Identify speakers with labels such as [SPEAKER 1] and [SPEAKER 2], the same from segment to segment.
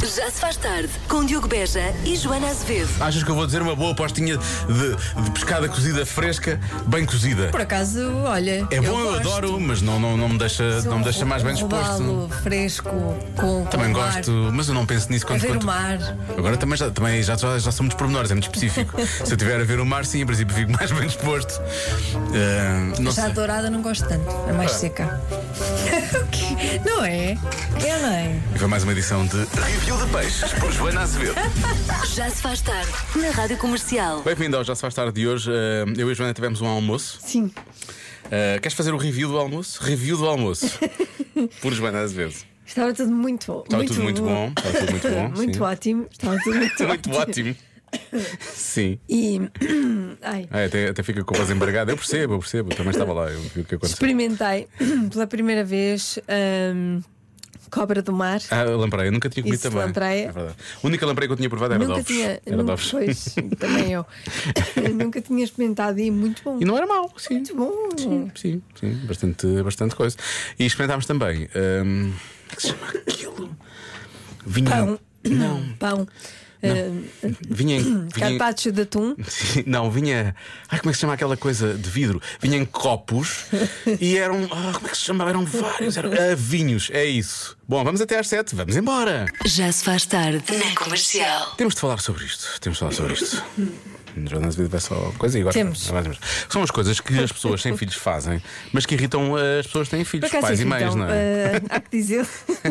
[SPEAKER 1] Já se faz tarde com Diogo Beja e Joana Azevedo.
[SPEAKER 2] Achas que eu vou dizer uma boa apostinha de, de pescada cozida fresca, bem cozida?
[SPEAKER 3] Por acaso, olha.
[SPEAKER 2] É bom, eu,
[SPEAKER 3] gosto.
[SPEAKER 2] adoro, mas não, não, não me deixa, não me deixa mais bem disposto.
[SPEAKER 3] Roubá-lo fresco, com. com
[SPEAKER 2] Também
[SPEAKER 3] o mar.
[SPEAKER 2] gosto, mas eu não penso nisso
[SPEAKER 3] A
[SPEAKER 2] quando
[SPEAKER 3] ver
[SPEAKER 2] quando-
[SPEAKER 3] o mar.
[SPEAKER 2] Agora também já, também já, já, já são muitos pormenores, é muito específico. Se eu tiver a ver o mar, sim, em princípio fico mais bem disposto. Ah, não
[SPEAKER 3] Já
[SPEAKER 2] sei.
[SPEAKER 3] dourada não gosto tanto. É mais
[SPEAKER 2] Ah.
[SPEAKER 3] seca. O quê? não é? Eu não é.
[SPEAKER 2] E foi mais uma edição de Review de Peixes por Joana Azevedo.
[SPEAKER 1] Já se faz tarde na Rádio Comercial.
[SPEAKER 2] Bem-vindo ao Já Se Faz Tarde de hoje. Ah, eu e a Joana tivemos um almoço.
[SPEAKER 4] Sim.
[SPEAKER 2] Ah, queres fazer o review do almoço? Review do almoço. por Joana Azevedo.
[SPEAKER 4] Estava tudo muito bom.
[SPEAKER 2] Estava tudo muito bom, estava tudo muito bom,
[SPEAKER 4] Muito
[SPEAKER 2] sim.
[SPEAKER 4] ótimo. Estava tudo muito,
[SPEAKER 2] Muito ótimo. Sim.
[SPEAKER 4] E. Ai,
[SPEAKER 2] Ah, até, até fica com a voz embargada. Eu percebo, eu percebo. Também estava lá, eu vi o que aconteceu.
[SPEAKER 4] experimentei pela primeira vez hum, cobra do mar.
[SPEAKER 2] Ah, lampreia, nunca tinha comido
[SPEAKER 4] Isso,
[SPEAKER 2] também.
[SPEAKER 4] lampreia.
[SPEAKER 2] É verdade. A única lampreia que eu tinha provado era de
[SPEAKER 4] nunca
[SPEAKER 2] ovos.
[SPEAKER 4] tinha.
[SPEAKER 2] Era de
[SPEAKER 4] nunca,
[SPEAKER 2] ovos.
[SPEAKER 4] pois, também eu. nunca tinha experimentado e muito bom.
[SPEAKER 2] E não era mau, sim.
[SPEAKER 4] Muito bom.
[SPEAKER 2] Sim, sim, bastante, bastante coisa. E experimentámos também. hum, como é que se chama aquilo? Vinha.
[SPEAKER 4] Pão.
[SPEAKER 2] Não,
[SPEAKER 4] Pão. Hum,
[SPEAKER 2] vinha em. Vinha em-
[SPEAKER 4] um- Carpaccio de atum.
[SPEAKER 2] Sim, Não, vinha. Ai, como é que se chama aquela coisa de vidro? Vinha em copos e eram. ah, como é que se chamava? Eram vários. Eram ah, vinhos, é isso. Bom, vamos até às sete, vamos embora.
[SPEAKER 1] Já se faz tarde na Comercial.
[SPEAKER 2] Temos de falar sobre isto. Temos de falar sobre isto. Jornal de vida vai só coisa e agora.
[SPEAKER 4] Temos.
[SPEAKER 2] agora São as coisas que as pessoas sem filhos fazem, mas que irritam ah, as pessoas que têm
[SPEAKER 4] Por
[SPEAKER 2] filhos,
[SPEAKER 4] acaso,
[SPEAKER 2] pais e
[SPEAKER 4] então,
[SPEAKER 2] mães, não é?
[SPEAKER 4] ah, há que dizer,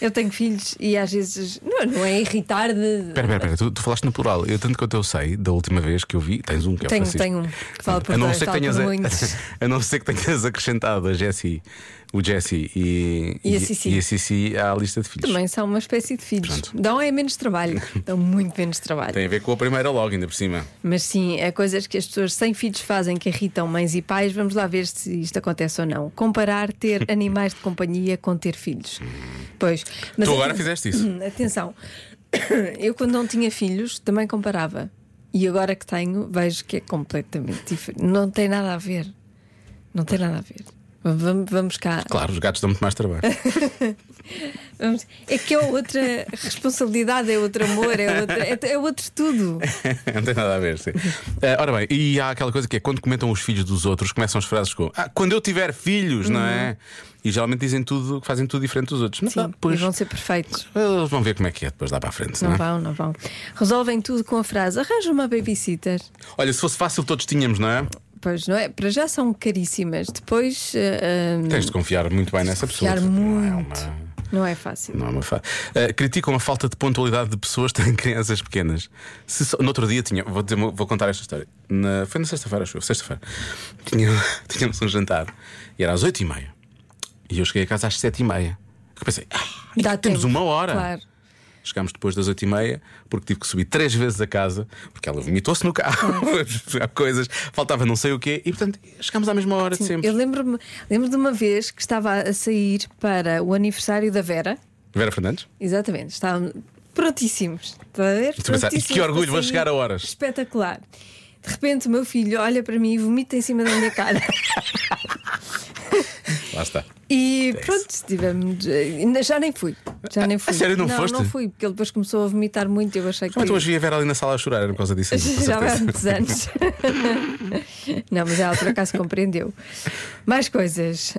[SPEAKER 4] eu tenho filhos e às vezes não, não é irritar de.
[SPEAKER 2] Espera, espera, espera, tu, tu falaste no plural. Eu tanto quanto eu sei, da última vez que eu vi, tens um que é o
[SPEAKER 4] Tenho-
[SPEAKER 2] Francisco.
[SPEAKER 4] tenho um que fala por
[SPEAKER 2] a não
[SPEAKER 4] dois,
[SPEAKER 2] ser que
[SPEAKER 4] fala
[SPEAKER 2] tenhas
[SPEAKER 4] por
[SPEAKER 2] a-
[SPEAKER 4] muitos.
[SPEAKER 2] a não ser que tenhas acrescentado a Jessie, o Jesse e,
[SPEAKER 4] E a Cici.
[SPEAKER 2] e Cici à lista de filhos.
[SPEAKER 4] Também são uma espécie de filhos.
[SPEAKER 2] Pronto.
[SPEAKER 4] Dão é menos trabalho. Dão muito menos trabalho.
[SPEAKER 2] Tem a ver com a primeira logo, ainda por cima.
[SPEAKER 4] Mas sim, é coisas que as pessoas sem filhos fazem que irritam mães e pais. Vamos lá ver se isto acontece ou não. Comparar ter animais de companhia com ter filhos. Pois. Mas
[SPEAKER 2] Tu agora
[SPEAKER 4] aten-
[SPEAKER 2] fizeste isso.
[SPEAKER 4] Atenção. Eu, quando não tinha filhos, também comparava. E agora que tenho, vejo que é completamente diferente. Não tem nada a ver. Não tem nada a ver. Vamos, vamos cá.
[SPEAKER 2] Claro, os gatos dão muito mais trabalho.
[SPEAKER 4] Vamos- É que é outra responsabilidade, é outro amor, é, outra, é, é outro tudo.
[SPEAKER 2] não tem nada a ver, sim. Eh, ora bem, e há aquela coisa que é quando comentam os filhos dos outros, começam as frases com "Ah, quando eu tiver filhos, não é? E geralmente dizem tudo, que fazem tudo diferente dos outros. Mas
[SPEAKER 4] Uhum. Sim,
[SPEAKER 2] ah, pois,
[SPEAKER 4] e vão ser perfeitos.
[SPEAKER 2] eles vão ver como é que é depois lá para a frente, não,
[SPEAKER 4] Não
[SPEAKER 2] é?
[SPEAKER 4] vão, não vão. Resolvem tudo com a frase: arranja uma babysitter.
[SPEAKER 2] Olha, se fosse fácil, todos tínhamos, não é?
[SPEAKER 4] Pois não é? Para já são caríssimas. Depois. eh, hum,
[SPEAKER 2] Tens de confiar muito bem nessa pessoa.
[SPEAKER 4] Confiar
[SPEAKER 2] Não é
[SPEAKER 4] muito.
[SPEAKER 2] uma-
[SPEAKER 4] não é fácil.
[SPEAKER 2] Não é uma fa... Ah, criticam a falta de pontualidade de pessoas que têm crianças pequenas. Se só- No outro dia tinha, vou, dizer- vou contar esta história. Na- Foi na sexta-feira, acho eu, sexta-feira. Tinha- Tínhamos um jantar e era às oito e meia. E eu cheguei a casa às sete e meia. Eu pensei, "Ah,
[SPEAKER 4] Dá
[SPEAKER 2] temos
[SPEAKER 4] tempo,
[SPEAKER 2] uma hora.
[SPEAKER 4] Claro.
[SPEAKER 2] Chegámos depois das oito e meia, porque tive que subir três vezes a casa, porque ela vomitou-se no carro, há coisas, faltava não sei o quê, e portanto chegámos à mesma hora de sempre.
[SPEAKER 4] Eu lembro-me lembro de uma vez que estava a sair para o aniversário da Vera.
[SPEAKER 2] Vera Fernandes?
[SPEAKER 4] Exatamente, estávamos prontíssimos. Está a ver?
[SPEAKER 2] tu pensar,
[SPEAKER 4] Prontíssimos
[SPEAKER 2] que orgulho,
[SPEAKER 4] para
[SPEAKER 2] vou
[SPEAKER 4] sair.
[SPEAKER 2] chegar a horas.
[SPEAKER 4] Espetacular. De repente, o meu filho olha para mim e vomita em cima da minha cara.
[SPEAKER 2] Lá está.
[SPEAKER 4] E
[SPEAKER 2] É isso.
[SPEAKER 4] pronto, tivemos. ainda Já nem fui. Já nem
[SPEAKER 2] A
[SPEAKER 4] fui.
[SPEAKER 2] sério, não
[SPEAKER 4] não
[SPEAKER 2] foste?
[SPEAKER 4] Não fui, porque ele depois começou a vomitar muito e eu achei que.
[SPEAKER 2] Mas é tu hoje vi a Vera ali na sala a chorar era por causa disso. com
[SPEAKER 4] Já vai há
[SPEAKER 2] certeza.
[SPEAKER 4] muitos anos. não, mas ela por acaso compreendeu. Mais coisas.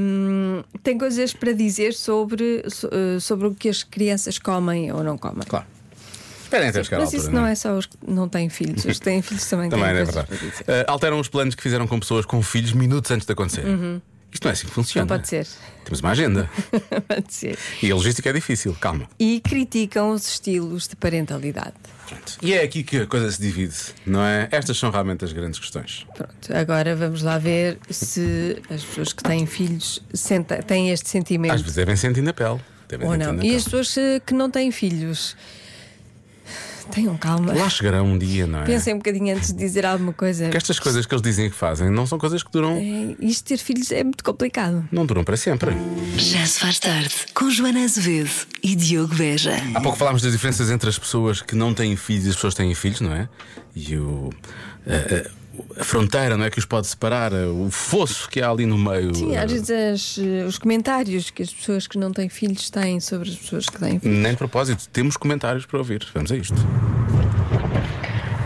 [SPEAKER 4] Hum, tem coisas para dizer sobre, so- eh, sobre o que as crianças comem ou não comem.
[SPEAKER 2] Claro. Esperem até chegar à
[SPEAKER 4] Mas
[SPEAKER 2] altura.
[SPEAKER 4] isso não é só os que não têm filhos, os que têm filhos também,
[SPEAKER 2] Também
[SPEAKER 4] têm
[SPEAKER 2] é
[SPEAKER 4] coisas
[SPEAKER 2] verdade.
[SPEAKER 4] para dizer.
[SPEAKER 2] Ah, alteram os planos que fizeram com pessoas com filhos minutos antes de acontecer. Isto não é assim que funciona.
[SPEAKER 4] Não Uhum. pode ser.
[SPEAKER 2] Temos uma agenda.
[SPEAKER 4] pode ser.
[SPEAKER 2] e a logística é difícil, calma.
[SPEAKER 4] E criticam os estilos de parentalidade.
[SPEAKER 2] Pronto. E é aqui que a coisa se divide, não é? Estas são realmente as grandes questões.
[SPEAKER 4] Pronto, agora vamos lá ver se as pessoas que têm filhos senta- têm este sentimento
[SPEAKER 2] Às vezes é então. devem sentir na pele. Devem
[SPEAKER 4] ou
[SPEAKER 2] sentir
[SPEAKER 4] não.
[SPEAKER 2] na
[SPEAKER 4] E
[SPEAKER 2] pele.
[SPEAKER 4] as pessoas eh, que não têm filhos tenham calma.
[SPEAKER 2] Lá chegará um dia, não é?
[SPEAKER 4] Pensem um bocadinho antes de dizer alguma coisa.
[SPEAKER 2] Que estas coisas que eles dizem que fazem não são coisas que duram.
[SPEAKER 4] Eh, Isto ter filhos é muito complicado.
[SPEAKER 2] Não duram para sempre.
[SPEAKER 1] Já se faz tarde com Joana Azevedo e Diogo Beja.
[SPEAKER 2] Há pouco falámos das diferenças entre as pessoas que não têm filhos e as pessoas que têm filhos, não é? E o, eh, eh, a fronteira, não é? Que os pode separar, o fosso que há ali no meio.
[SPEAKER 4] Sim, às vezes as, eh, os comentários que as pessoas que não têm filhos têm sobre as pessoas que têm filhos.
[SPEAKER 2] Nem de propósito, temos comentários para ouvir. Vamos a isto.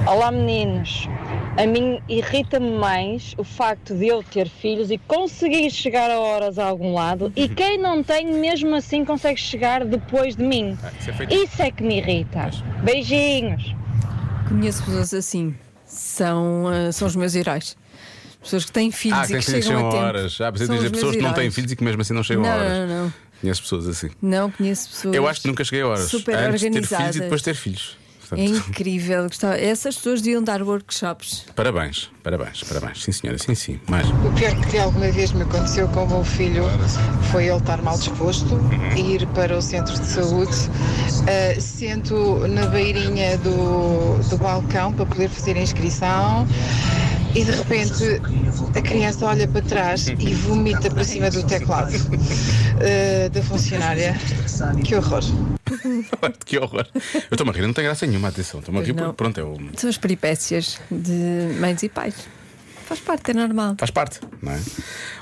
[SPEAKER 5] Olá meninos, a mim irrita-me mais o facto de eu ter filhos e conseguir chegar a horas a algum lado
[SPEAKER 2] Uhum.
[SPEAKER 5] e quem não tem mesmo assim consegue chegar depois de mim.
[SPEAKER 2] Ah, isso é feito.
[SPEAKER 5] Isso é que me irrita. Beijinhos.
[SPEAKER 4] Conheço pessoas assim, são, ah, são os meus heróis. Pessoas que têm filhos
[SPEAKER 2] Ah,
[SPEAKER 4] e
[SPEAKER 2] que
[SPEAKER 4] que
[SPEAKER 2] filhos que
[SPEAKER 4] chegam
[SPEAKER 2] chegam
[SPEAKER 4] a
[SPEAKER 2] a
[SPEAKER 4] tempo.
[SPEAKER 2] horas. Ah, precisa
[SPEAKER 4] São
[SPEAKER 2] dizer
[SPEAKER 4] os
[SPEAKER 2] pessoas
[SPEAKER 4] meus
[SPEAKER 2] que não têm
[SPEAKER 4] heróis.
[SPEAKER 2] filhos e que mesmo assim não chegam
[SPEAKER 4] Não,
[SPEAKER 2] a horas.
[SPEAKER 4] não, não.
[SPEAKER 2] Conheço pessoas assim.
[SPEAKER 4] Não conheço pessoas.
[SPEAKER 2] Eu acho que nunca cheguei a horas.
[SPEAKER 4] Super
[SPEAKER 2] Antes de ter filhos
[SPEAKER 4] organizadas.
[SPEAKER 2] e depois de ter filhos. Portanto,
[SPEAKER 4] É incrível. gostava- Essas pessoas deviam dar workshops.
[SPEAKER 2] Parabéns, parabéns, parabéns. Sim, senhora, sim, sim. Mais.
[SPEAKER 6] O pior que alguma vez me aconteceu com o meu filho foi ele estar mal disposto e ir para o centro de saúde. Ah, sento na beirinha do, do balcão para poder fazer a inscrição e de repente a criança olha para trás e vomita para cima do teclado ah, da funcionária. Que horror!
[SPEAKER 2] que horror. Eu estou-me a rir, não tem graça nenhuma, atenção. Estou-me a rir,
[SPEAKER 4] Pois não.
[SPEAKER 2] porque, pronto, é o-
[SPEAKER 4] São as peripécias de mães e pais. Faz parte, é normal.
[SPEAKER 2] faz parte, não é?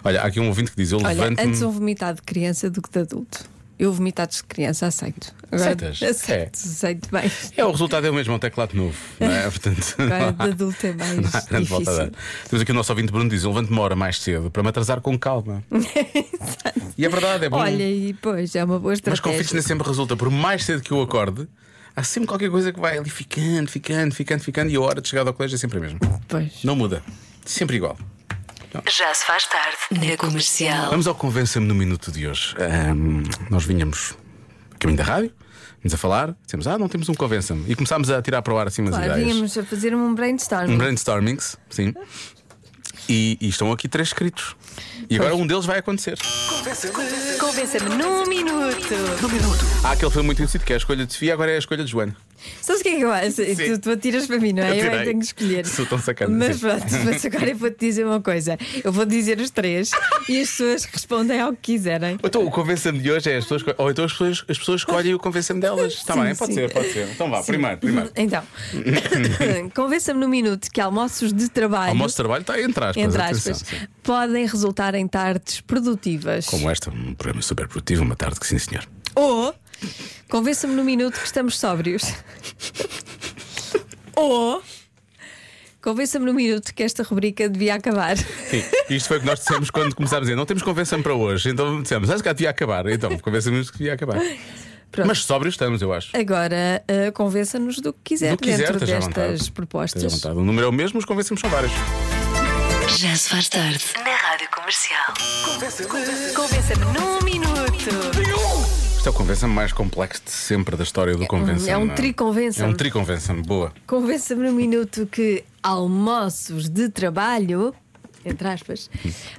[SPEAKER 2] Olha, há aqui um ouvinte que diz: Eu
[SPEAKER 4] Olha,
[SPEAKER 2] levanto-me.
[SPEAKER 4] antes um vomitado de criança do que de adulto. Eu vomitados de criança, aceito.
[SPEAKER 2] Aceitas? É.
[SPEAKER 4] Aceito, aceito bem.
[SPEAKER 2] É, o resultado é o mesmo, é um teclado novo, não é? Portanto,
[SPEAKER 4] Agora,
[SPEAKER 2] não há-
[SPEAKER 4] de adulto é mais
[SPEAKER 2] não há grande volta a dar. Temos aqui o nosso ouvinte Bruno diz: Eu levanto-me uma hora mais cedo para me atrasar com calma. e é verdade, é bom.
[SPEAKER 4] Olha, e pois, é uma boa
[SPEAKER 2] Mas com filhos
[SPEAKER 4] estratégia.
[SPEAKER 2] nem sempre resulta, por mais cedo que eu acorde, há sempre qualquer coisa que vai ali ficando, ficando, ficando, ficando, e a hora de chegar ao colégio é sempre a mesma.
[SPEAKER 4] Pois.
[SPEAKER 2] Não muda. Sempre igual.
[SPEAKER 1] Já se faz tarde na comercial.
[SPEAKER 2] Vamos ao Convença-me no Minuto de hoje. Ahm, nós vinhamos a caminho da rádio, vimos a falar, dissemos, ah, não temos um Convença-me. E começámos a tirar para o ar assim umas
[SPEAKER 4] Claro,
[SPEAKER 2] ideias.
[SPEAKER 4] vínhamos a fazer um brainstorming.
[SPEAKER 2] Um brainstormings, sim. E, e estão aqui três escritos. E agora um deles vai acontecer.
[SPEAKER 4] Convença-me num minuto.
[SPEAKER 2] Há aquele foi muito conhecido que é a escolha de Sofia, agora é a escolha de Joana.
[SPEAKER 4] Sabes o que é que eu acho? Tu, tu atiras para mim, não é? Eu, é
[SPEAKER 2] Atirei.
[SPEAKER 4] que tenho que escolher.
[SPEAKER 2] Sou tão sacana,
[SPEAKER 4] Mas
[SPEAKER 2] sim.
[SPEAKER 4] pronto, mas agora eu vou-te dizer uma coisa. Eu vou dizer os três e as pessoas respondem ao que quiserem.
[SPEAKER 2] Ou Então o convença-me de hoje é as pessoas. Ou então as pessoas, as pessoas escolhem o convença-me delas. Está
[SPEAKER 4] Sim,
[SPEAKER 2] bem, pode
[SPEAKER 4] sim.
[SPEAKER 2] ser, pode ser. Então vá,
[SPEAKER 4] Sim.
[SPEAKER 2] primeiro, primeiro.
[SPEAKER 4] Então, convença-me num minuto que almoços de trabalho.
[SPEAKER 2] Almoço de trabalho está entre aspas.
[SPEAKER 4] entre
[SPEAKER 2] atenção,
[SPEAKER 4] aspas,
[SPEAKER 2] sim.
[SPEAKER 4] podem resultar em tardes produtivas.
[SPEAKER 2] Como esta, um programa super produtivo, uma tarde que sim, senhor.
[SPEAKER 4] Ou convença-me num minuto que estamos sóbrios. Ou convença-me num minuto que esta rubrica devia acabar.
[SPEAKER 2] Sim, isto foi o que nós dissemos quando começámos a dizer: não temos convença-me para hoje. Então dissemos: acho que já devia acabar. Então convença-me que devia acabar.
[SPEAKER 4] Pronto.
[SPEAKER 2] Mas sóbrios estamos, eu acho.
[SPEAKER 4] Agora, ah, convença-nos do que quiser
[SPEAKER 2] Do que quiser,
[SPEAKER 4] dentro
[SPEAKER 2] esteja à
[SPEAKER 4] destas
[SPEAKER 2] vontade. Esteja à
[SPEAKER 4] propostas.
[SPEAKER 2] vontade. O número é o mesmo, os convencemos são vários.
[SPEAKER 1] Já se faz tarde na rádio comercial.
[SPEAKER 4] Convença-me num minuto.
[SPEAKER 2] Isto é o convença-me mais complexo de sempre da história do convença-me.
[SPEAKER 4] é um
[SPEAKER 2] não
[SPEAKER 4] tri-convença-me.
[SPEAKER 2] É um tri-convença-me, boa.
[SPEAKER 4] Convença-me num minuto que almoços de trabalho, entre aspas,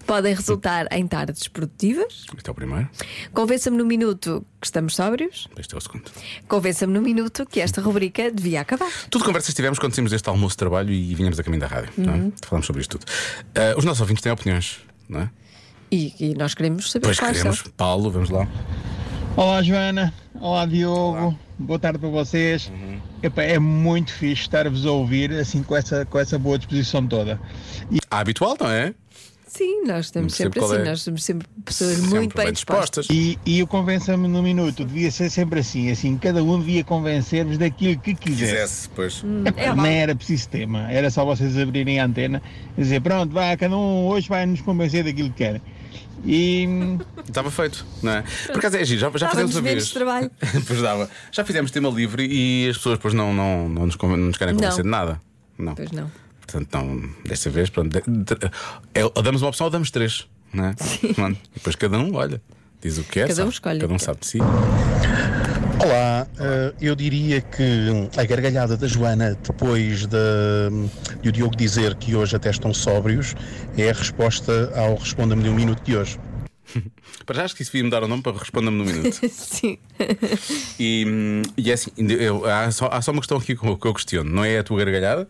[SPEAKER 4] podem resultar em tardes produtivas.
[SPEAKER 2] Este é o primeiro,
[SPEAKER 4] Convença-me num minuto que estamos sóbrios.
[SPEAKER 2] este é o segundo.
[SPEAKER 4] Convença-me num minuto que esta rubrica devia acabar.
[SPEAKER 2] Tudo conversas que tivemos quando saímos deste almoço de trabalho e vinhamos a caminho da rádio. não é?
[SPEAKER 4] Uhum.
[SPEAKER 2] Falámos sobre isto tudo. Ah, os nossos ouvintes têm opiniões, não é?
[SPEAKER 4] E, e nós queremos saber
[SPEAKER 2] Pois
[SPEAKER 4] quais
[SPEAKER 2] queremos.
[SPEAKER 4] são.
[SPEAKER 2] Paulo, vamos lá.
[SPEAKER 7] Olá Joana, olá Diogo, boa tarde para vocês.
[SPEAKER 8] Uhum.
[SPEAKER 7] Epá, é muito fixe estar-vos a ouvir assim com essa, com essa boa disposição toda.
[SPEAKER 2] Há habitual, não é?
[SPEAKER 4] Sim, nós estamos
[SPEAKER 2] Não percebo
[SPEAKER 4] sempre
[SPEAKER 2] qual
[SPEAKER 4] assim,
[SPEAKER 2] é.
[SPEAKER 4] nós somos sempre pessoas
[SPEAKER 2] Sempre
[SPEAKER 4] muito bem dispostas.
[SPEAKER 7] E, e o convença-me no minuto, devia ser sempre assim, assim, cada um devia convencer-vos daquilo que quisesse.
[SPEAKER 2] Quisesse, pois.
[SPEAKER 4] É
[SPEAKER 7] Não
[SPEAKER 4] bom.
[SPEAKER 7] era preciso tema, era só vocês abrirem a antena e dizer, pronto, vá, cada um hoje vai nos convencer daquilo que quer. E
[SPEAKER 2] Estava feito, não é? Por acaso é giro, já, já
[SPEAKER 4] Dava-nos
[SPEAKER 2] fizemos a
[SPEAKER 4] menos
[SPEAKER 2] vez.
[SPEAKER 4] trabalho.
[SPEAKER 2] pois dava. Já fizemos tema livre e as pessoas depois não, não, não, nos, conven- não nos querem
[SPEAKER 4] Não.
[SPEAKER 2] convencer de nada. Não.
[SPEAKER 4] Pois não.
[SPEAKER 2] Portanto, não, desta vez, pronto, de- de- é, ou damos uma opção ou damos três, não é? Pronto. E depois cada um olha, diz o que é.
[SPEAKER 4] Cada um
[SPEAKER 2] sabe,
[SPEAKER 4] escolhe
[SPEAKER 2] Cada
[SPEAKER 4] o
[SPEAKER 2] um
[SPEAKER 4] que
[SPEAKER 2] sabe de si.
[SPEAKER 9] Olá, eh, eu diria que a gargalhada da Joana, depois de, de o Diogo dizer que hoje até estão sóbrios, é a resposta ao Responda-me de um Minuto de hoje.
[SPEAKER 2] Para já acho que isso devia mudar o nome para responda-me no minuto.
[SPEAKER 4] Sim.
[SPEAKER 2] E, hum, e é assim, eu- há, só, há só uma questão aqui que eu que eu questiono: não é a tua gargalhada?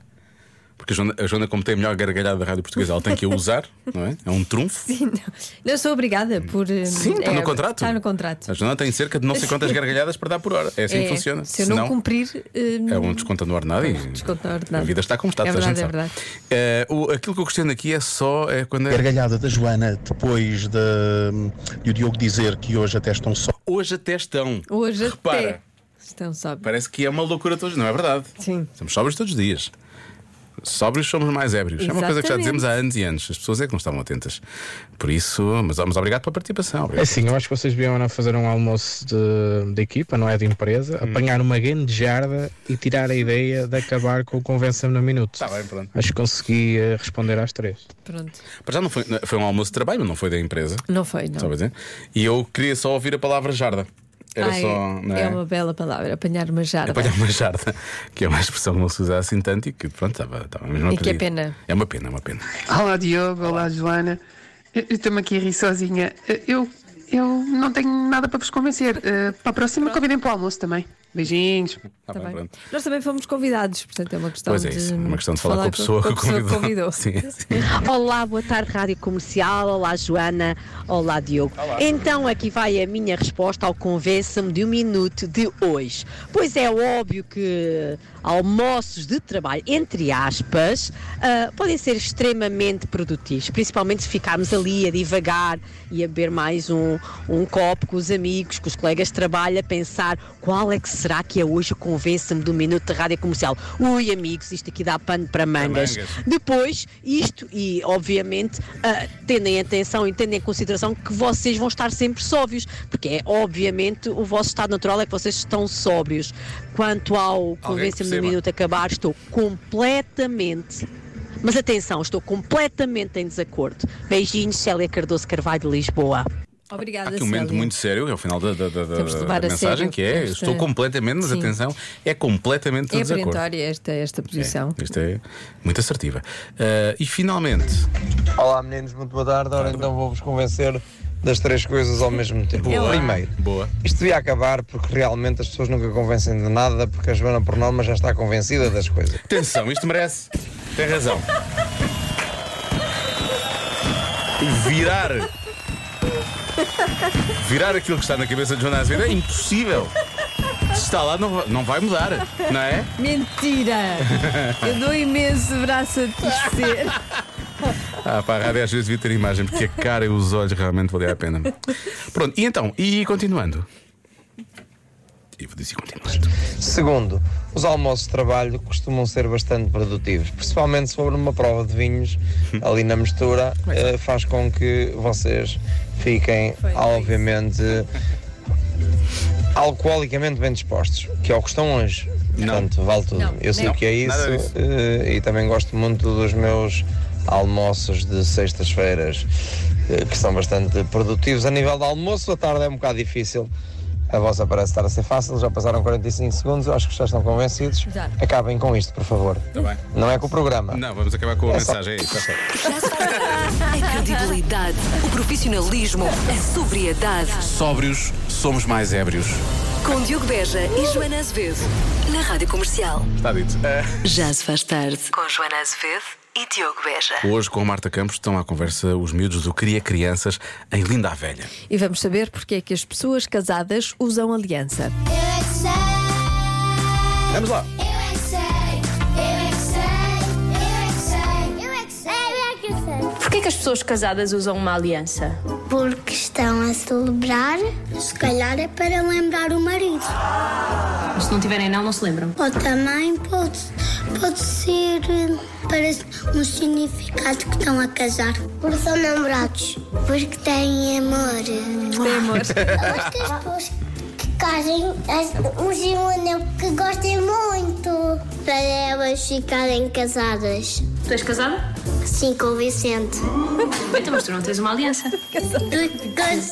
[SPEAKER 2] Porque a Joana, a Joana, como tem a melhor gargalhada da rádio portuguesa, ela tem que a usar, não é? É um trunfo.
[SPEAKER 4] Sim, não. Não sou obrigada por. eh,
[SPEAKER 2] Sim, está
[SPEAKER 4] é,
[SPEAKER 2] no contrato.
[SPEAKER 4] Está no contrato.
[SPEAKER 2] A Joana tem cerca de não sei quantas gargalhadas para dar por hora. É assim
[SPEAKER 4] É,
[SPEAKER 2] que funciona.
[SPEAKER 4] Se eu não,
[SPEAKER 2] Senão,
[SPEAKER 4] cumprir. eh,
[SPEAKER 2] É um desconto no ordenado e
[SPEAKER 4] Desconto no ordenado.
[SPEAKER 2] a vida está como está.
[SPEAKER 4] É
[SPEAKER 2] toda a gente
[SPEAKER 4] verdade, é
[SPEAKER 2] sabe. Eh, o- aquilo que eu questiono aqui é só é quando é.
[SPEAKER 7] Gargalhada da Joana depois de, de o Diogo dizer que hoje até estão só.
[SPEAKER 2] Hoje até estão.
[SPEAKER 4] Hoje
[SPEAKER 2] Repara,
[SPEAKER 4] até. Estão sobe.
[SPEAKER 2] parece que é uma loucura todos. Não é verdade?
[SPEAKER 4] Sim.
[SPEAKER 2] Estamos sóbrios todos os dias. Sóbrios somos mais ébrios. É uma coisa que já
[SPEAKER 4] Exatamente.
[SPEAKER 2] dizemos há anos e anos. As pessoas é que não estavam atentas. Por isso, mas, mas obrigado pela participação.
[SPEAKER 10] É
[SPEAKER 2] Obrigado.
[SPEAKER 10] assim, eu acho que vocês deviam andar a fazer um almoço de, de equipa, não é de empresa,
[SPEAKER 2] Hum.
[SPEAKER 10] apanhar uma grande jarda e tirar a ideia de acabar com o convença-me no minuto.
[SPEAKER 2] Tá bem, pronto.
[SPEAKER 10] Acho que consegui eh, responder às três.
[SPEAKER 4] Pronto.
[SPEAKER 2] Para já não foi, foi um almoço de trabalho, mas não foi da empresa.
[SPEAKER 4] Não foi, não.
[SPEAKER 2] Só para dizer. E eu queria só ouvir a palavra jarda. Era
[SPEAKER 4] Ai,
[SPEAKER 2] só. não
[SPEAKER 4] é uma bela palavra, apanhar uma jarda.
[SPEAKER 2] Apanhar uma jarda, que é uma expressão que não se usa assim tanto e que pronto, estava, estava mesmo a
[SPEAKER 4] E que é
[SPEAKER 2] pedir.
[SPEAKER 4] pena.
[SPEAKER 2] É uma pena, é uma pena.
[SPEAKER 11] Olá Diogo, olá Joana. Eu Estou-me aqui a rir sozinha. Eh, Eu, eu não tenho nada para vos convencer. Eh, Para a próxima, convidem para o almoço também. Beijinhos.
[SPEAKER 2] Tá
[SPEAKER 4] Tá
[SPEAKER 2] bem,
[SPEAKER 4] bem.
[SPEAKER 2] pronto.
[SPEAKER 4] Nós também fomos convidados, portanto é uma questão
[SPEAKER 2] Pois é
[SPEAKER 4] de.
[SPEAKER 2] isso, é uma questão de falar, com a pessoa,
[SPEAKER 4] com a pessoa que convidou.
[SPEAKER 2] Sim, sim.
[SPEAKER 12] Olá, boa tarde, Rádio Comercial. Olá, Joana. Olá, Diogo. Então, aqui vai a minha resposta ao Convença-me de um Minuto de hoje. Pois é óbvio que almoços de trabalho, entre aspas, ah, podem ser extremamente produtivos, principalmente se ficarmos ali a divagar e a beber mais um, um copo com os amigos, com os colegas de trabalho, a pensar qual é que será que é hoje o Convença-me do Minuto de Rádio Comercial. Ui, amigos, isto aqui dá pano para mangas.
[SPEAKER 2] mangas.
[SPEAKER 12] Depois, isto, e obviamente, ah, tendem atenção e tendem em consideração que vocês vão estar sempre sóbrios, porque é obviamente o vosso estado natural é que vocês estão sóbrios. Quanto ao convença-me
[SPEAKER 2] perceba.
[SPEAKER 12] no minuto acabar, estou completamente. Mas atenção, estou completamente em desacordo. Beijinhos, Célia Cardoso Carvalho de Lisboa.
[SPEAKER 2] Há
[SPEAKER 4] Obrigada,
[SPEAKER 2] aqui um momento
[SPEAKER 4] Célia.
[SPEAKER 2] muito sério, é o final da, da, da, da-
[SPEAKER 4] Temos de levar
[SPEAKER 2] da
[SPEAKER 4] a
[SPEAKER 2] mensagem,
[SPEAKER 4] sério
[SPEAKER 2] que é:
[SPEAKER 4] esta-
[SPEAKER 2] estou completamente, mas
[SPEAKER 4] Sim.
[SPEAKER 2] atenção, é completamente de
[SPEAKER 4] É
[SPEAKER 2] desacordo.
[SPEAKER 4] perentória esta, esta posição.
[SPEAKER 2] É, isto é muito assertiva. Ah, e finalmente,
[SPEAKER 8] Olá meninos, muito boa tarde. Ora, então vou-vos convencer das três coisas ao mesmo tempo.
[SPEAKER 4] Boa.
[SPEAKER 8] Primeiro,
[SPEAKER 2] boa.
[SPEAKER 8] isto devia acabar porque realmente as pessoas nunca convencem de nada, porque a Joana por norma já está convencida das coisas.
[SPEAKER 2] Atenção, isto merece. Tem razão. Virar. Virar aquilo que está na cabeça de Joana Azevedo é impossível. Se está lá, não, va- não vai mudar, não é?
[SPEAKER 4] Mentira! Eu dou imenso braço a torcer.
[SPEAKER 2] Ah, pá, a rádio às vezes devia ter imagem, porque a cara e os olhos realmente valia a pena. Pronto, e então, e continuando? Eu vou dizer continuando.
[SPEAKER 8] Segundo, os almoços de trabalho costumam ser bastante produtivos, principalmente sobre uma prova de vinhos ali na mistura,
[SPEAKER 4] é
[SPEAKER 8] eh, faz com que vocês fiquem, obviamente, alcoolicamente bem dispostos, que é o que estão hoje. Portanto, vale tudo.
[SPEAKER 4] Não,
[SPEAKER 8] Eu sei
[SPEAKER 4] nem-
[SPEAKER 8] o que é
[SPEAKER 2] Nada
[SPEAKER 8] isso
[SPEAKER 2] disso.
[SPEAKER 8] eh, e também gosto muito dos meus almoços de sextas-feiras, eh, que são bastante produtivos a nível de almoço. A tarde é um bocado difícil. A vossa parece estar a ser fácil, já passaram 45 segundos, eu acho que já estão convencidos.
[SPEAKER 4] Já.
[SPEAKER 8] Acabem com isto, por favor.
[SPEAKER 2] Tá bem.
[SPEAKER 8] Não é com o programa.
[SPEAKER 2] Não, vamos acabar com a
[SPEAKER 8] É só-
[SPEAKER 2] mensagem, é isso, está certo.
[SPEAKER 1] A credibilidade, o profissionalismo, a sobriedade.
[SPEAKER 2] Sóbrios, somos mais ébrios.
[SPEAKER 1] Com Diogo Beja e Joana Azevedo. Na Rádio Comercial.
[SPEAKER 2] Está dito. Ah.
[SPEAKER 1] Já se faz tarde. Com Joana Azevedo e Diogo Beja.
[SPEAKER 2] Hoje, com a Marta Campos, estão à conversa os miúdos do Cria Crianças em Linda a Velha.
[SPEAKER 4] E vamos saber porque é que as pessoas casadas usam aliança.
[SPEAKER 2] Vamos lá!
[SPEAKER 3] Porquê que as pessoas casadas usam uma aliança?
[SPEAKER 11] Porque estão a celebrar, se calhar é para lembrar o marido.
[SPEAKER 3] Se não tiverem não, não se lembram.
[SPEAKER 11] Ou também pode, pode ser eh, para um significado que estão a casar. Porque são namorados. Porque têm amor.
[SPEAKER 4] Tem amor.
[SPEAKER 11] Gostas pessoas que casem um gimano que gostem muito. Para elas ficarem casadas.
[SPEAKER 3] Tu és casada?
[SPEAKER 11] Sim, com o Vicente.
[SPEAKER 3] Então, mas tu não tens uma aliança.
[SPEAKER 11] Porque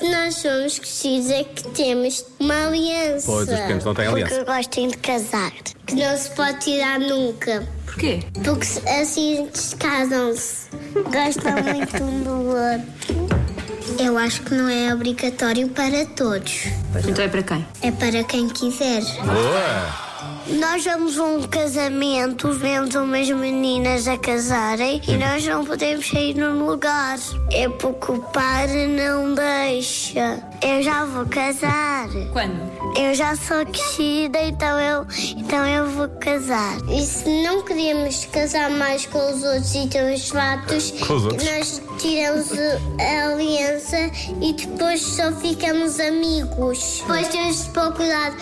[SPEAKER 11] nós somos crescidos é que temos uma aliança.
[SPEAKER 2] Pois, os pequenos não têm aliança.
[SPEAKER 11] Porque gostem de casar. Que não se pode tirar nunca.
[SPEAKER 3] Porquê?
[SPEAKER 11] Porque se- assim descasam-se. Gostam muito um do outro. Eu acho que não é obrigatório para todos.
[SPEAKER 3] Então é para quem?
[SPEAKER 11] É para quem quiser.
[SPEAKER 2] Boa!
[SPEAKER 11] Nós vamos a um casamento, vemos umas meninas a casarem e nós não podemos sair num lugar. É porque o padre não deixa. Eu já vou casar.
[SPEAKER 13] Quando?
[SPEAKER 11] Eu já sou crescida, então eu, então eu vou casar. E se não queremos casar mais com os outros e ter os fatos,
[SPEAKER 14] Com os outros?
[SPEAKER 11] nós tiramos o- a aliança e depois só ficamos amigos. Depois temos de procurar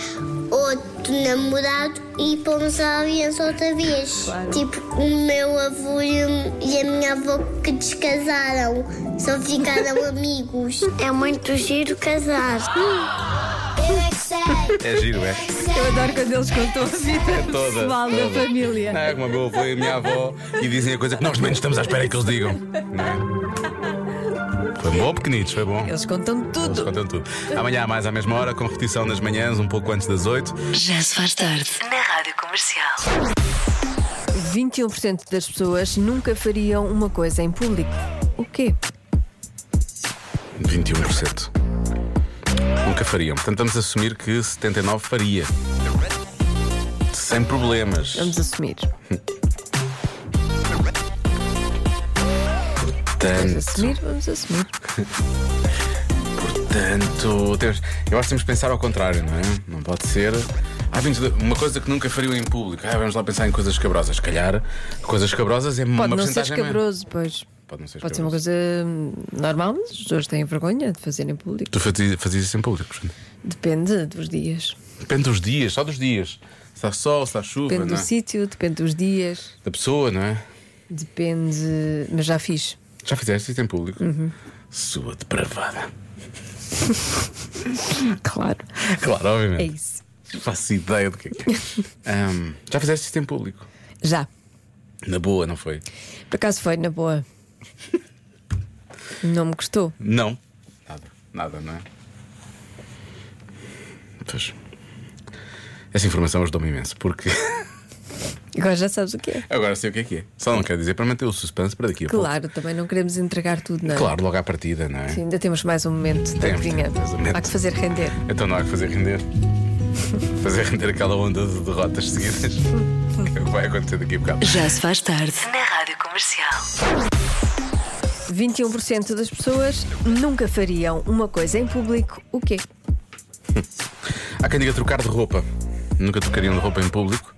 [SPEAKER 11] outro namorado e pomos a aliança outra vez. Tipo, o meu avô e o- e a minha avó que descasaram, só ficaram amigos. É muito giro casar. Eu é que sei.
[SPEAKER 2] É giro, é?
[SPEAKER 4] Eu adoro quando eles contam a vida
[SPEAKER 2] É toda.
[SPEAKER 4] pessoal da
[SPEAKER 2] toda.
[SPEAKER 4] família.
[SPEAKER 2] Não, é como a meu avô e a minha avó e dizem a coisa que nós menos estamos à espera que eles digam. Não é? Foi bom, pequenitos, foi bom.
[SPEAKER 4] Eles contam tudo.
[SPEAKER 2] Eles contam tudo. Amanhã, mais à mesma hora, com repetição nas manhãs, um pouco antes das 8.
[SPEAKER 1] Já se faz tarde na Rádio Comercial.
[SPEAKER 4] 21% das pessoas nunca fariam uma coisa em público. O quê?
[SPEAKER 2] 21%. Nunca fariam. Portanto, vamos assumir que 79 faria. Sem problemas.
[SPEAKER 4] Vamos assumir. Vamos
[SPEAKER 2] Portanto,
[SPEAKER 4] assumir, vamos assumir.
[SPEAKER 2] portanto temos- eu acho que temos que pensar ao contrário, não é? Não pode ser. Ah, 22 uma coisa que nunca fariam em público. Ah, vamos lá pensar em coisas escabrosas. Se calhar, coisas escabrosas é
[SPEAKER 4] Pode
[SPEAKER 2] uma
[SPEAKER 4] não ser
[SPEAKER 2] porcentagem
[SPEAKER 4] escabroso, pois.
[SPEAKER 2] Pode não ser
[SPEAKER 4] Pode ser uma coisa hum, normal, mas as pessoas têm vergonha de fazer em público.
[SPEAKER 2] Tu fazias, fazias isso em público, portanto.
[SPEAKER 4] Depende dos dias.
[SPEAKER 2] Depende dos dias, só dos dias. Se está sol, se está chuva,
[SPEAKER 4] Depende
[SPEAKER 2] não
[SPEAKER 4] do
[SPEAKER 2] é?
[SPEAKER 4] sítio, depende dos dias,
[SPEAKER 2] da pessoa, não é?
[SPEAKER 4] depende. Mas já fiz.
[SPEAKER 2] Já fizeste isso em público?
[SPEAKER 4] Uhum.
[SPEAKER 2] Sua depravada.
[SPEAKER 4] claro.
[SPEAKER 2] Claro, obviamente.
[SPEAKER 4] É isso.
[SPEAKER 2] Não Faço ideia do que é que é. Ahm, já fizeste isso em público?
[SPEAKER 4] Já.
[SPEAKER 2] Na boa, não foi?
[SPEAKER 4] Por acaso foi, na boa. Não me gostou.
[SPEAKER 2] Não. Nada, nada, não é? Pois. Essa informação ajudou-me imenso, porque
[SPEAKER 4] Agora já sabes o que é.
[SPEAKER 2] agora sei o que é que é. Só não quero dizer para manter o suspense para daqui a pouco.
[SPEAKER 4] Claro, também não queremos entregar tudo, não é?
[SPEAKER 2] Claro, logo à partida, não é?
[SPEAKER 4] Sim, ainda temos mais um momento da
[SPEAKER 2] Temos,
[SPEAKER 4] cozinha.
[SPEAKER 2] temos mais um momento.
[SPEAKER 4] Há que fazer render.
[SPEAKER 2] Então não há que fazer render. fazer render aquela onda de derrotas seguidas. que é o que vai acontecer daqui a bocado.
[SPEAKER 1] Já se faz tarde na Rádio Comercial.
[SPEAKER 4] 21% das pessoas nunca fariam uma coisa em público. O quê?
[SPEAKER 2] Há quem diga trocar de roupa. Nunca trocariam de roupa em público.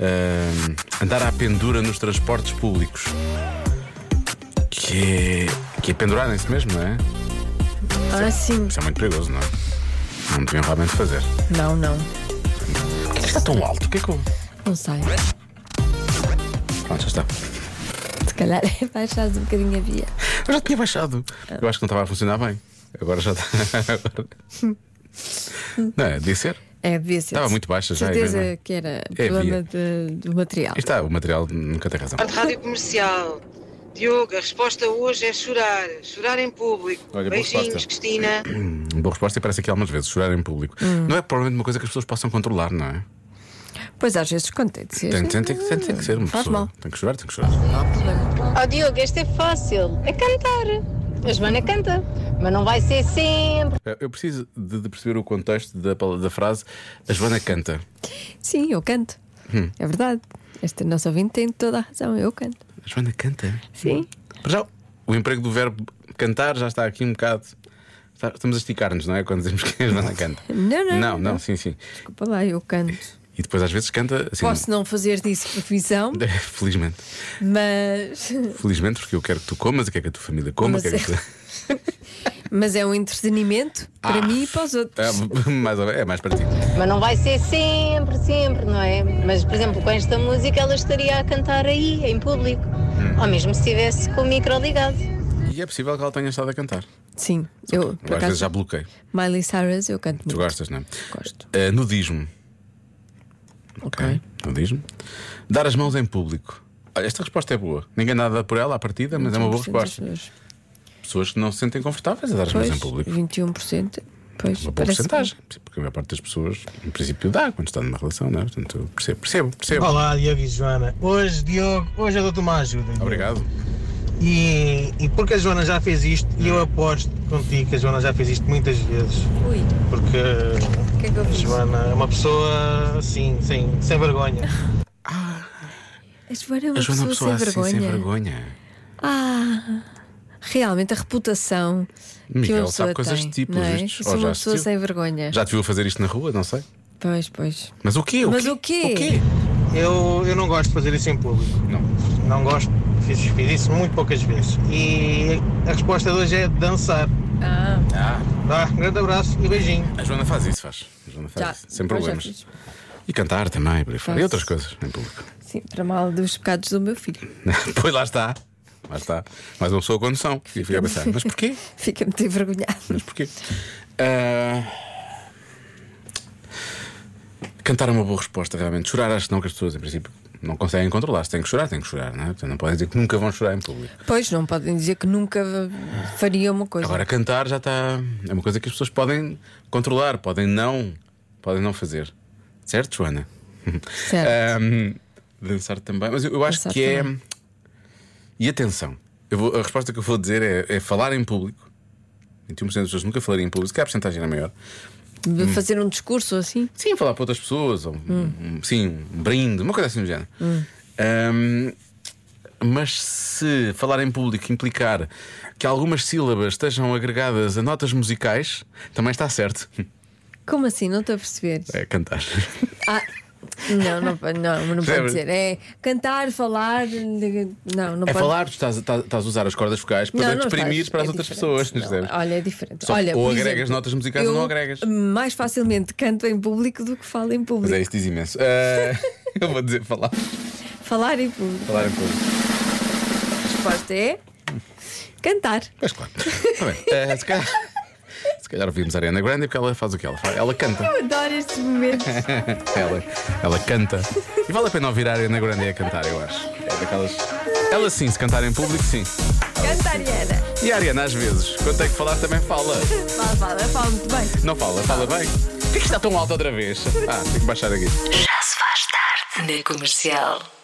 [SPEAKER 2] Ahm, andar à pendura nos transportes públicos. Que é, que é pendurar em si mesmo, não é?
[SPEAKER 4] Ah, sim.
[SPEAKER 2] Isso é muito perigoso, não é? Não deviam realmente fazer.
[SPEAKER 4] Não, não.
[SPEAKER 2] Isto está tão alto, o que é que eu.
[SPEAKER 4] Não sai.
[SPEAKER 2] Pronto, já está.
[SPEAKER 4] Se calhar é baixar um bocadinho a via.
[SPEAKER 2] Eu já tinha baixado. Eu acho que não estava a funcionar bem. Agora já está. Agora-
[SPEAKER 4] Hum.
[SPEAKER 2] não, é, devia ser.
[SPEAKER 4] É, devia ser.
[SPEAKER 2] Estava muito baixa já, é
[SPEAKER 4] Certeza
[SPEAKER 2] mesmo.
[SPEAKER 4] que era
[SPEAKER 2] É via.
[SPEAKER 4] problema de- do material.
[SPEAKER 2] Isto está, o material nunca tem razão.
[SPEAKER 14] Parte Rádio Comercial. Diogo, a resposta hoje é chorar. Chorar em público.
[SPEAKER 2] Olha, boa
[SPEAKER 14] Beijinhos,
[SPEAKER 2] resposta.
[SPEAKER 14] Cristina.
[SPEAKER 2] Hum, Boa resposta e parece aqui algumas vezes, chorar em público.
[SPEAKER 4] Hum.
[SPEAKER 2] Não é provavelmente uma coisa que as pessoas possam controlar, não é?
[SPEAKER 4] Pois às vezes contente ser.
[SPEAKER 2] Tem, tem, tem, que- tem, tem que ser uma
[SPEAKER 4] Faz
[SPEAKER 2] pessoa.
[SPEAKER 4] mal.
[SPEAKER 2] Tem que chorar, tem que chorar.
[SPEAKER 15] Oh Diogo, este é fácil. É cantar. A Joana canta, mas não vai ser sempre.
[SPEAKER 2] Eh, Eu preciso de, de perceber o contexto da, pala- da frase. A Joana canta.
[SPEAKER 4] Sim, eu canto.
[SPEAKER 2] Hum.
[SPEAKER 4] É verdade. Esta nossa ouvinte tem toda a razão. Eu canto.
[SPEAKER 2] A Joana canta?
[SPEAKER 4] Sim.
[SPEAKER 2] Para já, o emprego do verbo cantar já está aqui um bocado. está- Estamos a esticar-nos, não é? Quando dizemos que a Joana canta.
[SPEAKER 4] Não, não.
[SPEAKER 2] Não, não, sim, sim.
[SPEAKER 4] Desculpa lá, eu canto.
[SPEAKER 2] E depois às vezes canta assim.
[SPEAKER 4] Posso não fazer disso profissão,
[SPEAKER 2] Felizmente.
[SPEAKER 4] mas.
[SPEAKER 2] Felizmente, porque eu quero que tu comas, eu quero que a tua família coma,
[SPEAKER 4] Mas
[SPEAKER 2] quero
[SPEAKER 4] é-
[SPEAKER 2] que tu...
[SPEAKER 4] Mas é um entretenimento para
[SPEAKER 2] Ah.
[SPEAKER 4] mim e para os outros.
[SPEAKER 2] É, mais, ou menos, é mais para ti.
[SPEAKER 15] Mas não vai ser sempre, sempre, não é? Mas, por exemplo, com esta música ela estaria a cantar aí, em público.
[SPEAKER 10] Hum.
[SPEAKER 15] Ou mesmo se estivesse com o micro ligado.
[SPEAKER 2] E é possível que ela tenha estado a cantar.
[SPEAKER 4] Sim, eu
[SPEAKER 2] Eu
[SPEAKER 4] por
[SPEAKER 2] às vezes
[SPEAKER 4] acaso,
[SPEAKER 2] já bloqueei.
[SPEAKER 4] Miley Cyrus, eu canto
[SPEAKER 2] Tu
[SPEAKER 4] muito.
[SPEAKER 2] gostas, não é? Gosto. nudismo.
[SPEAKER 4] Ok.
[SPEAKER 2] Nudismo. Dar as mãos em público. Olha, esta resposta é boa. Ninguém nada por ela à partida, mas é uma boa
[SPEAKER 4] 21% das
[SPEAKER 2] resposta. Pessoas que não se sentem confortáveis a dar as mãos em
[SPEAKER 4] Pois,
[SPEAKER 2] público.
[SPEAKER 4] 21%. Pois,
[SPEAKER 2] Uma boa
[SPEAKER 4] parece
[SPEAKER 2] porcentagem. Porque a maior parte das pessoas, em princípio, dá quando está numa relação, não é? Portanto, eu percebo, percebo, percebo.
[SPEAKER 10] Olá, Diogo e Joana. Hoje, Diogo, hoje eu dou-te uma ajuda. Diogo.
[SPEAKER 2] Obrigado.
[SPEAKER 10] E, e porque a Joana já fez isto, e eu aposto contigo que a Joana já fez isto muitas vezes. Porque
[SPEAKER 3] que é que eu fiz?
[SPEAKER 10] Joana é uma pessoa assim, sem, sem vergonha.
[SPEAKER 4] A Joana é uma
[SPEAKER 2] A Joana é uma
[SPEAKER 4] pessoa,
[SPEAKER 2] pessoa assim, sem
[SPEAKER 4] vergonha.
[SPEAKER 2] vergonha.
[SPEAKER 4] Ah, realmente a reputação que uma
[SPEAKER 2] Miguel
[SPEAKER 4] pessoa
[SPEAKER 2] sabe coisas
[SPEAKER 4] tem,
[SPEAKER 2] de tipo,
[SPEAKER 4] não é?
[SPEAKER 2] vistos.
[SPEAKER 4] Eu sou
[SPEAKER 2] Ou
[SPEAKER 4] uma
[SPEAKER 2] já
[SPEAKER 4] pessoa
[SPEAKER 2] assistiu?
[SPEAKER 4] sem vergonha.
[SPEAKER 2] Já te viu fazer isto na rua? Não sei.
[SPEAKER 4] Pois, pois.
[SPEAKER 2] Mas o quê? O
[SPEAKER 4] Mas
[SPEAKER 2] quê?
[SPEAKER 4] o quê?
[SPEAKER 10] Eu, eu não gosto de fazer isso em público. Não. Não gosto. Fiz, fiz isso muito poucas vezes. E a resposta de hoje é dançar.
[SPEAKER 4] Ah.
[SPEAKER 2] Ah,
[SPEAKER 10] Vá, grande abraço e beijinho.
[SPEAKER 2] a Joana faz isso, faz. A Joana faz
[SPEAKER 4] Já,
[SPEAKER 2] isso, sem
[SPEAKER 4] eu já
[SPEAKER 2] problemas.
[SPEAKER 4] fiz.
[SPEAKER 2] E cantar também, por aí fora. E
[SPEAKER 4] Faço.
[SPEAKER 2] outras coisas em público.
[SPEAKER 4] Sim, para mal dos pecados do meu filho.
[SPEAKER 2] pois lá está. Lá está. Mais uma pessoa com noção. E fica a pensar, mas porquê?
[SPEAKER 4] Fica muito envergonhado.
[SPEAKER 2] Mas porquê? Ah, Cantar é uma boa resposta, realmente. Chorar, acho que não, que as pessoas, em princípio, não conseguem controlar-se. Tem que chorar, tem que chorar, não é? Portanto, não podem dizer que nunca vão chorar em público.
[SPEAKER 4] Pois, é. não podem dizer que nunca faria uma coisa.
[SPEAKER 2] Agora, cantar já está. É uma coisa que as pessoas podem controlar, podem não, podem não fazer. Certo, Joana? eh,
[SPEAKER 4] Certo.
[SPEAKER 2] Ahm, dançar também. Mas eu, eu acho
[SPEAKER 4] Dançar
[SPEAKER 2] que é.
[SPEAKER 4] também.
[SPEAKER 2] E atenção, eu vou- a resposta que eu vou dizer é, é falar em público. 21% das pessoas nunca falariam em público, se calhar a porcentagem era maior.
[SPEAKER 4] De
[SPEAKER 2] hum.
[SPEAKER 4] fazer um discurso assim?
[SPEAKER 2] Sim, falar para outras pessoas, ou um- sim, um brinde, uma coisa assim do género.
[SPEAKER 4] Hum.
[SPEAKER 2] Ahm, mas se falar em público implicar que algumas sílabas estejam agregadas a notas musicais, também está certo.
[SPEAKER 4] Como assim? Não estou a perceber.
[SPEAKER 2] É cantar.
[SPEAKER 4] Ah, não, não, pode- não, não pode
[SPEAKER 2] Percebes?
[SPEAKER 4] dizer. É cantar, falar. de- Não, não
[SPEAKER 2] é
[SPEAKER 4] pode.
[SPEAKER 2] falar, tu estás, estás- estás a usar as cordas vocais para
[SPEAKER 4] Não, não
[SPEAKER 2] exprimir
[SPEAKER 4] estás.
[SPEAKER 2] para as
[SPEAKER 4] É
[SPEAKER 2] outras
[SPEAKER 4] diferente.
[SPEAKER 2] pessoas.
[SPEAKER 4] Não,
[SPEAKER 2] percebes?
[SPEAKER 4] olha, é diferente.
[SPEAKER 2] Só que
[SPEAKER 4] olha,
[SPEAKER 2] ou
[SPEAKER 4] por
[SPEAKER 2] agregas
[SPEAKER 4] exemplo,
[SPEAKER 2] notas musicais
[SPEAKER 4] eu
[SPEAKER 2] ou não agregas.
[SPEAKER 4] Mais facilmente canto em público do que falo em
[SPEAKER 2] Mas
[SPEAKER 4] público.
[SPEAKER 2] é, isto diz imenso. Ah, eu vou dizer falar, é-
[SPEAKER 4] Falar em público.
[SPEAKER 2] falar em público.
[SPEAKER 4] A resposta é cantar.
[SPEAKER 2] Pois claro. Está bem. Ah, se, calhar, se calhar ouvimos a Ariana Grande porque ela faz o que ela faz. Ela canta.
[SPEAKER 4] Eu adoro estes momentos.
[SPEAKER 2] ela, ela canta. E vale a pena ouvir a Ariana Grande a cantar, eu acho. É daquelas. Ela sim, se cantar em público, sim.
[SPEAKER 4] Canta, Ariana.
[SPEAKER 2] E a Ariana, às vezes, quando tem que falar, também fala.
[SPEAKER 4] Fala, fala, fala muito bem.
[SPEAKER 2] Não fala, fala bem. Por que é que está tão alto outra vez? Ah, tem que baixar aqui.
[SPEAKER 1] Já se faz tarde na comercial.